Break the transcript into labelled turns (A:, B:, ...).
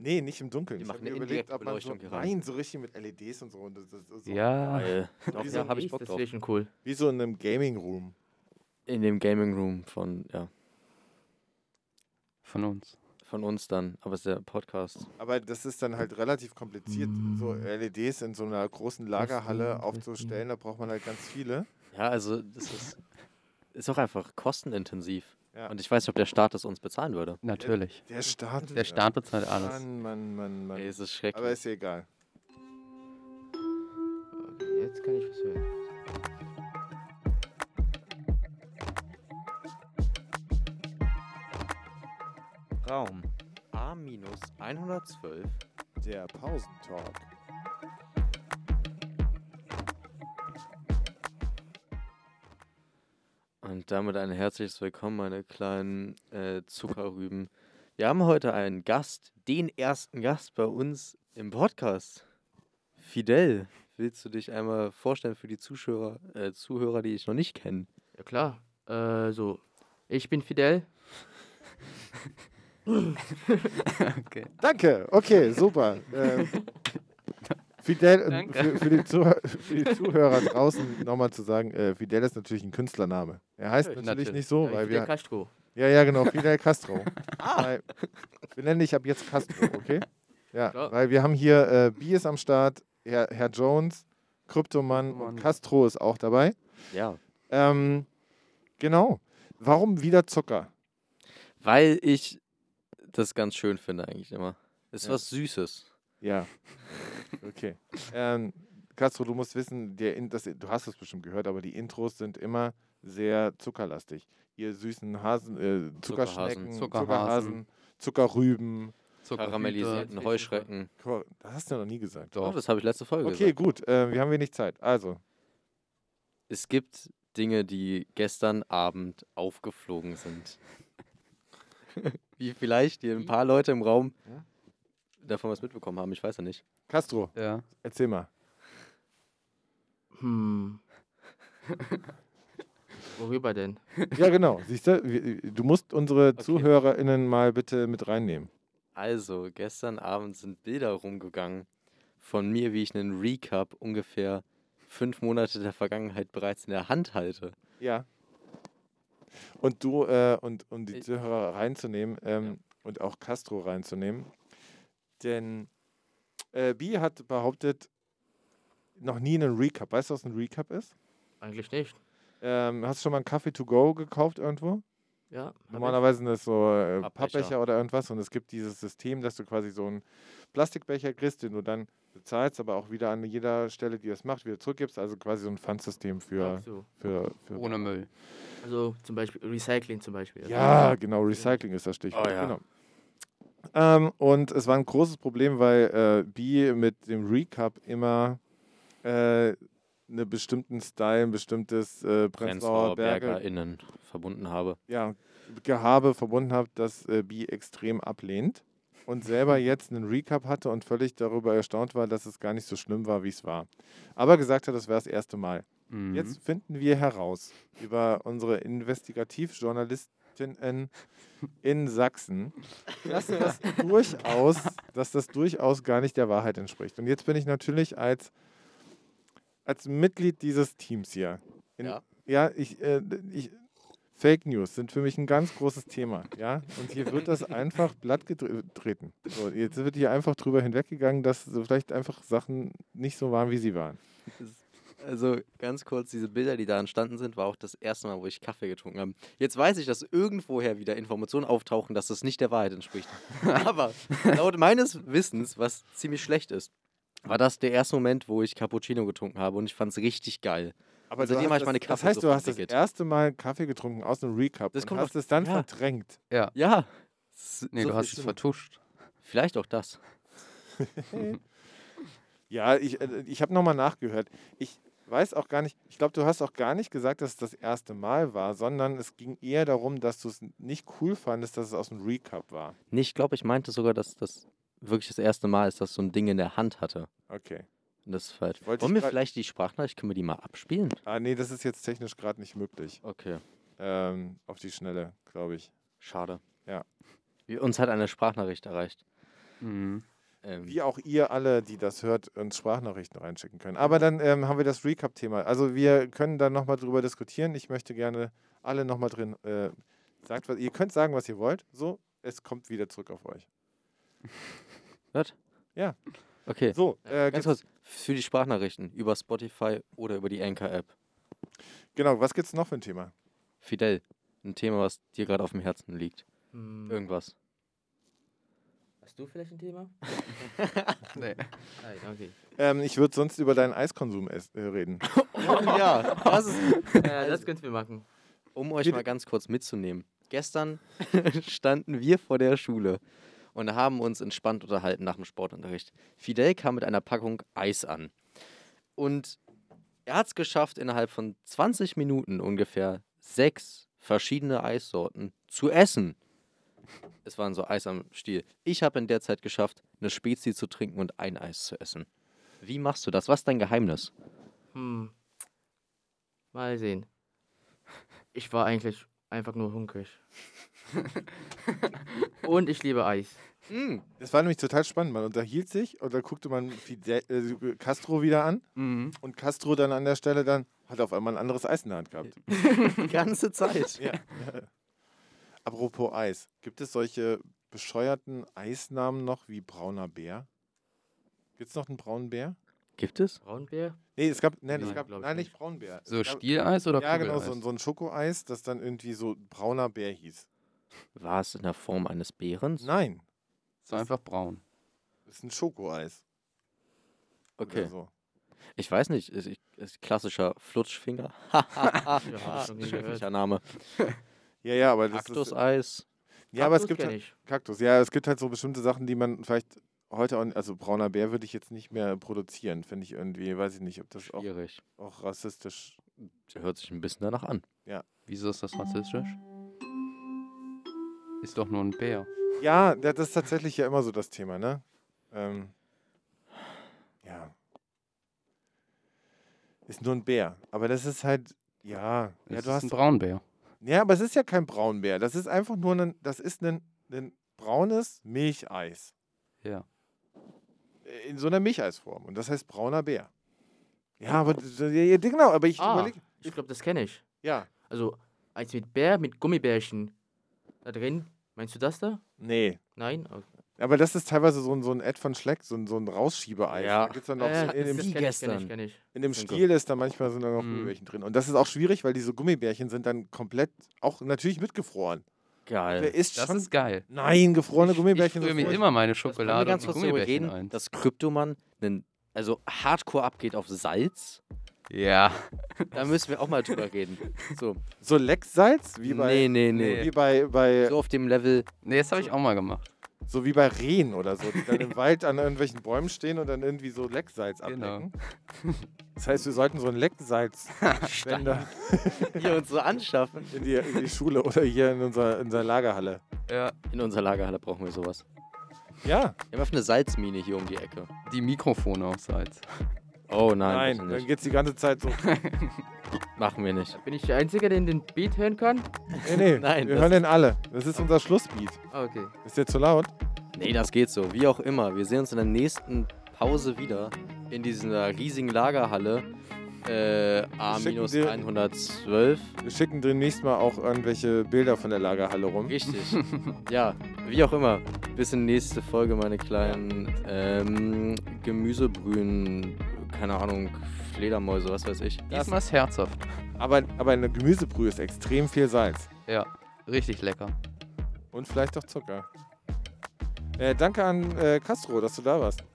A: Nee, nicht im Dunkeln.
B: Die
A: Ich
B: machen
A: hab
B: eine
A: mir überlegt,
B: indirekte
A: ob man so,
B: Beleuchtung gerade.
A: nein, so richtig mit LEDs und so. Und das, das, ist so
C: Ja,
B: Geil. Doch,
A: Wie so
B: ja,
A: ein
B: habe ich
C: ist
B: Bock drauf.
C: deswegen cool.
A: Wie so in einem Gaming-Room.
B: In dem Gaming Room von, ja,
C: Von uns.
B: von uns dann. Aber es ist der Podcast.
A: Aber das ist dann halt relativ kompliziert, so LEDs in so einer großen Lagerhalle
C: Kosten,
A: aufzustellen. Da braucht man halt ganz viele.
B: Ja, also das ist, ist auch einfach kostenintensiv.
A: Ja.
B: Und ich weiß nicht, ob der Staat das uns bezahlen würde.
C: Natürlich.
A: Der Staat.
C: Der Staat bezahlt
A: ja.
C: alles.
A: Mann, Mann, Mann, Mann.
B: Ey, es ist schrecklich.
A: Aber ist ja egal.
C: Jetzt kann ich was hören.
B: Raum A-112.
A: Der Pausentalk.
B: Und damit ein herzliches Willkommen, meine kleinen äh, Zuckerrüben. Wir haben heute einen Gast, den ersten Gast bei uns im Podcast. Fidel, willst du dich einmal vorstellen für die Zuschauer, äh, Zuhörer, die ich noch nicht kenne?
C: Ja klar. Äh, so. Ich bin Fidel. okay.
A: Danke, okay, super. Ähm, Fidel, äh,
C: Danke.
A: Für, für, die Zuhörer, für die Zuhörer draußen nochmal zu sagen, äh, Fidel ist natürlich ein Künstlername. Er heißt natürlich, nicht so, weil
C: Fidel
A: wir.
C: Castro.
A: Ja, ja, genau, Fidel Castro. Weil, wir nennen dich ab jetzt Castro, okay? Ja,
C: Klar.
A: weil wir haben hier äh, Bi ist am Start, Herr, Herr Jones, Kryptomann
C: Kryptomann.
A: und Castro ist auch dabei.
B: Ja.
A: Ähm, genau. Warum wieder Zucker?
B: Weil ich das ganz schön finde eigentlich immer. Ist
A: Ja.
B: was Süßes.
A: Ja. Okay. ähm, Castro, du musst wissen, der In das, du hast es bestimmt gehört, aber die Intros sind immer sehr zuckerlastig. Ihr süßen Hasen, äh, Zuckerschnecken,
B: Zuckerhasen.
A: Zuckerhasen, Zuckerrüben.
B: Karamellisierten Heuschrecken.
A: Ko- Das hast du noch nie gesagt.
B: Doch, das habe ich letzte Folge
A: Okay,
B: gesagt.
A: gut. Äh, wir haben wenig Zeit. Also,
B: Es gibt Dinge, die gestern Abend aufgeflogen sind. Wie vielleicht die ein paar Leute im Raum
A: Ja.
B: davon was mitbekommen haben, ich weiß ja nicht.
A: Castro,
C: Ja.
A: erzähl mal.
D: Hm. Worüber denn?
A: Ja, genau. Siehst du, wir- du musst unsere ZuhörerInnen mal bitte mit reinnehmen.
B: Also, gestern Abend sind Bilder rumgegangen von mir, wie ich einen Recap ungefähr fünf Monate der Vergangenheit bereits in der Hand halte.
A: Ja. Und du, äh, und um die
B: Ich-
A: Zuhörer reinzunehmen ähm, und auch Castro reinzunehmen. Denn äh, Bi hat behauptet, noch nie einen Recap. Weißt du, was ein Recap ist?
D: Eigentlich nicht.
A: Ähm, hast du schon mal einen Kaffee to go gekauft irgendwo?
D: Ja. hab
A: Normalerweise sind das so äh,
B: Pappbecher.
A: Pappbecher oder irgendwas und es gibt dieses System, dass du quasi so einen Plastikbecher kriegst, den du dann bezahlst, aber auch wieder an jeder Stelle, die das macht, wieder zurückgibst. Also quasi so ein Pfandsystem
D: ich
A: für,
D: auch So.
A: für, für
C: Ohne Müll.
D: Also zum Beispiel Recycling zum Beispiel.
A: Ja, genau, Recycling ist das Stichwort.
B: Oh ja.
A: genau. ähm, und es war ein großes Problem, weil äh, B mit dem Recap immer äh, einen bestimmten Style, ein bestimmtes äh, Prenzlauer
B: Prenzlauer
A: Berge,
B: BergerInnen verbunden habe.
A: ja, Gehabe verbunden habe, dass äh, Bi extrem ablehnt und selber jetzt einen Recap hatte und völlig darüber erstaunt war, dass es gar nicht so schlimm war, wie es war. Aber gesagt hat, das wäre das erste Mal.
C: Mhm.
A: Jetzt finden wir heraus über unsere Investigativjournalistinnen in Sachsen, dass das durchaus, dass das durchaus gar nicht der Wahrheit entspricht. Und jetzt bin ich natürlich als, als Mitglied dieses Teams hier. In,
B: Ja.
A: ja ich, äh, ich, Fake News sind für mich ein ganz großes Thema, ja. Und hier wird das einfach glatt getreten. So, jetzt wird hier einfach drüber hinweggegangen, dass so vielleicht einfach Sachen nicht so waren, wie sie waren.
B: Also ganz kurz, diese Bilder, die da entstanden sind, war auch das erste Mal, wo ich Kaffee getrunken habe. Jetzt weiß ich, dass irgendwoher wieder Informationen auftauchen, dass das nicht der Wahrheit entspricht. Aber laut meines Wissens, was ziemlich schlecht ist, war das der erste Moment, wo ich Cappuccino getrunken habe und ich fand es richtig geil.
A: Aber
B: Seitdem
A: du
B: habe
A: hast
B: Also ich meine
A: das, das heißt, du
B: Kaffeesucht
A: hast das
B: entwickelt.
A: erste Mal Kaffee getrunken aus einem Recap
B: Das
A: und
B: kommt
A: hast
B: auf-
A: es dann
B: ja.
A: verdrängt.
B: Ja.
C: Nee,
B: so
C: du
B: viel
C: hast es
B: stimmt.
C: vertuscht.
B: Vielleicht auch das.
A: Ja, ich, äh, ich habe nochmal nachgehört. Ich weiß auch gar nicht, ich glaube, du hast auch gar nicht gesagt, dass es das erste Mal war, sondern es ging eher darum, dass du es nicht cool fandest, dass es aus dem Recap war.
B: Nee, ich glaube, ich meinte sogar, dass das wirklich das erste Mal ist, dass ich so ein Ding in der Hand hatte.
A: Okay.
B: Und das ist falsch.
A: Wollte
B: Wollen
A: ich
B: wir
A: grad-
B: vielleicht die Sprachnachricht, können wir die mal abspielen?
A: Ah, nee, das ist jetzt technisch gerade nicht möglich.
B: Okay.
A: Ähm, auf die Schnelle, glaube ich.
B: Schade.
A: Ja.
B: Wir- Uns hat eine Sprachnachricht erreicht.
E: Mhm.
B: Ähm,
A: Wie auch ihr alle, die das hört, uns Sprachnachrichten reinschicken können. Aber dann ähm, haben wir das Recap-Thema. Also wir können dann nochmal drüber diskutieren. Ich möchte gerne alle nochmal drin. Äh, sagt was, ihr könnt sagen, was ihr wollt. So, es kommt wieder zurück auf euch.
B: okay,
A: So, äh,
B: ganz
A: gibt's,
B: kurz. Für die Sprachnachrichten über Spotify oder über die Anchor-App.
A: genau, was gibt es noch für ein Thema?
B: Fidel, ein Thema, was dir gerade auf dem Herzen liegt.
D: Hm,
B: Irgendwas.
D: Hast du vielleicht ein Thema?
E: Nee.
D: Nein, Ah, okay.
A: Ähm, ich würde sonst über deinen Eiskonsum es- äh, reden.
B: Oh, ja, das ist,
D: Ja, Äh, das könnten wir machen.
B: um euch
A: Bitte.
B: mal ganz kurz mitzunehmen. Gestern standen wir vor der Schule und haben uns entspannt unterhalten nach dem Sportunterricht. Fidel kam mit einer Packung Eis an. Und er hat es geschafft, innerhalb von 20 Minuten ungefähr sechs verschiedene Eissorten zu essen. Es waren so Eis am Stiel. Ich habe in der Zeit geschafft, eine Spezi zu trinken und ein Eis zu essen. Wie machst du das? Was ist dein Geheimnis?
D: Hm. Mal sehen. Ich war eigentlich einfach nur hungrig. Und ich liebe Eis.
B: Mm.
A: Das war nämlich total spannend. Man unterhielt sich und dann guckte man Fidel, äh, Castro wieder an
E: Mhm.
A: und Castro dann an der Stelle dann hat auf einmal ein anderes Eis in der Hand gehabt.
B: Die ganze Zeit.
A: Ja. Apropos Eis, gibt es solche bescheuerten Eisnamen noch wie brauner Bär? Gibt es noch einen braunen Bär?
B: Gibt es?
D: Braunbär?
A: Nee, es gab, nein, es
E: Nein,
A: gab,
D: glaub ich
A: nein, nicht
D: nicht.
A: braunen Bär.
E: So
A: es gab,
E: Stieleis oder
A: Ja, genau,
E: Kugeleis?
A: so, ein- so ein Schokoeis, das dann irgendwie so brauner Bär hieß.
B: War es in der Form eines Bärens?
A: Nein,
E: so einfach braun.
A: es ist ein Schokoeis. oder
B: Okay.
A: So.
B: Ich weiß nicht, ist, ich- ist klassischer Flutschfinger.
A: Ah,
D: Ja, hab ich schon nie gehört.
B: Schöpflicher Name.
A: Ja, ja, aber das ist. äh,
B: Kaktuseis.
A: Ja, aber es
D: Kaktus
A: gibt
D: kenn
A: halt,
D: ich.
A: Kaktus. Ja, es gibt halt so bestimmte Sachen, die man vielleicht heute auch, nicht- also brauner Bär würde ich jetzt nicht mehr produzieren, finde ich irgendwie, weiß ich nicht, ob das auch,
B: Schwierig.
A: auch rassistisch
B: Hört sich ein bisschen danach an.
E: Wieso ist das rassistisch? Ist doch nur ein Bär.
A: Ja, da- das ist tatsächlich ja immer so das Thema, ne? Ähm, ja. Ist nur ein Bär. Aber das ist halt, ja. Ja,
E: Das
A: du
E: ist ein
A: hast,
E: Braunbär.
A: ja, aber es ist ja kein Braunbär. Das ist einfach nur ein, das ist ein, ein braunes Milcheis.
E: Ja.
A: Äh, In so einer Milcheisform. Und das heißt brauner Bär. Ja, aber d- d- ja, genau, aber ich
D: Ah.
A: überlege.
D: Ich glaube, das kenne ich.
A: Ja.
D: Also, Eis mit Bär, mit Gummibärchen. Da drin. Meinst du das da?
A: Nee.
D: Nein? Okay.
A: Aber das ist teilweise so ein, so ein Ed von Schleck, so ein, so ein Rausschiebeeis.
B: Ja.
A: Da gibt's dann noch
D: Ja,
A: so
D: ja,
A: in,
D: Ah, das
A: im
D: kenn ich, Kenn
B: gestern.
D: ich, kenn ich.
A: In dem
B: Cinco.
A: Stiel ist da manchmal sind da noch
E: Mhm.
A: Gummibärchen drin. Und das ist auch schwierig, weil diese Gummibärchen sind dann komplett auch natürlich mitgefroren. Wer
B: Geil.
A: isst
E: Das
A: schon?
E: ist geil.
A: Nein, gefrorene
E: Ich
A: Gummibärchen
E: rühre
A: sind
E: mir
A: furchtbar.
E: immer meine
B: Können wir
E: Schokolade und
B: ganz
E: die
B: kurz darüber
E: Gummibärchen
B: reden,
E: ein.
B: dass Kryptomann nen- also hardcore abgeht auf Salz?
E: Ja.
B: Da müssen wir auch mal drüber reden. So,
A: so Lecksalz wie bei
B: nee, nee, nee.
A: wie bei, bei
B: So auf dem Level,
E: Nee, das habe ich auch mal gemacht.
A: so wie bei Rehen oder so, die dann im Wald an irgendwelchen Bäumen stehen und dann irgendwie so Lecksalz
E: Genau.
A: ablecken. Das heißt, wir sollten so einen Lecksalzspender
B: hier uns so anschaffen.
A: in die, in die Schule oder hier in unserer, in unserer Lagerhalle.
E: Ja.
B: In unserer Lagerhalle brauchen wir sowas.
A: Ja,
B: Wir haben einfach eine Salzmine hier um die Ecke.
E: Die Mikrofone auf Salz.
B: Oh nein,
A: nein,
B: bitte
A: dann
B: nicht.
A: geht's die ganze Zeit so.
B: Machen wir nicht.
D: Bin ich der Einzige, der in den Beat hören kann?
A: Nee, nee,
B: Nein,
A: wir
B: das-
A: hören den alle. Das ist unser Schlussbeat.
D: Ah, okay.
A: Ist der zu laut?
B: Nee, das geht so. Wie auch immer. Wir sehen uns in der nächsten Pause wieder in dieser riesigen Lagerhalle. Äh,
A: schicken dir-
B: A-112.
A: Wir schicken demnächst mal auch irgendwelche Bilder von der Lagerhalle rum.
B: Richtig. ja, wie auch immer. Bis in die nächste Folge, meine kleinen ähm, Gemüsebrühen, keine Ahnung, Fledermäuse, was weiß ich.
E: Diesmal ist herzhaft.
A: Aber, aber eine Gemüsebrühe ist extrem viel Salz.
E: Ja. Richtig lecker.
A: Und vielleicht auch Zucker. Äh, danke an äh, Castro, dass du da warst.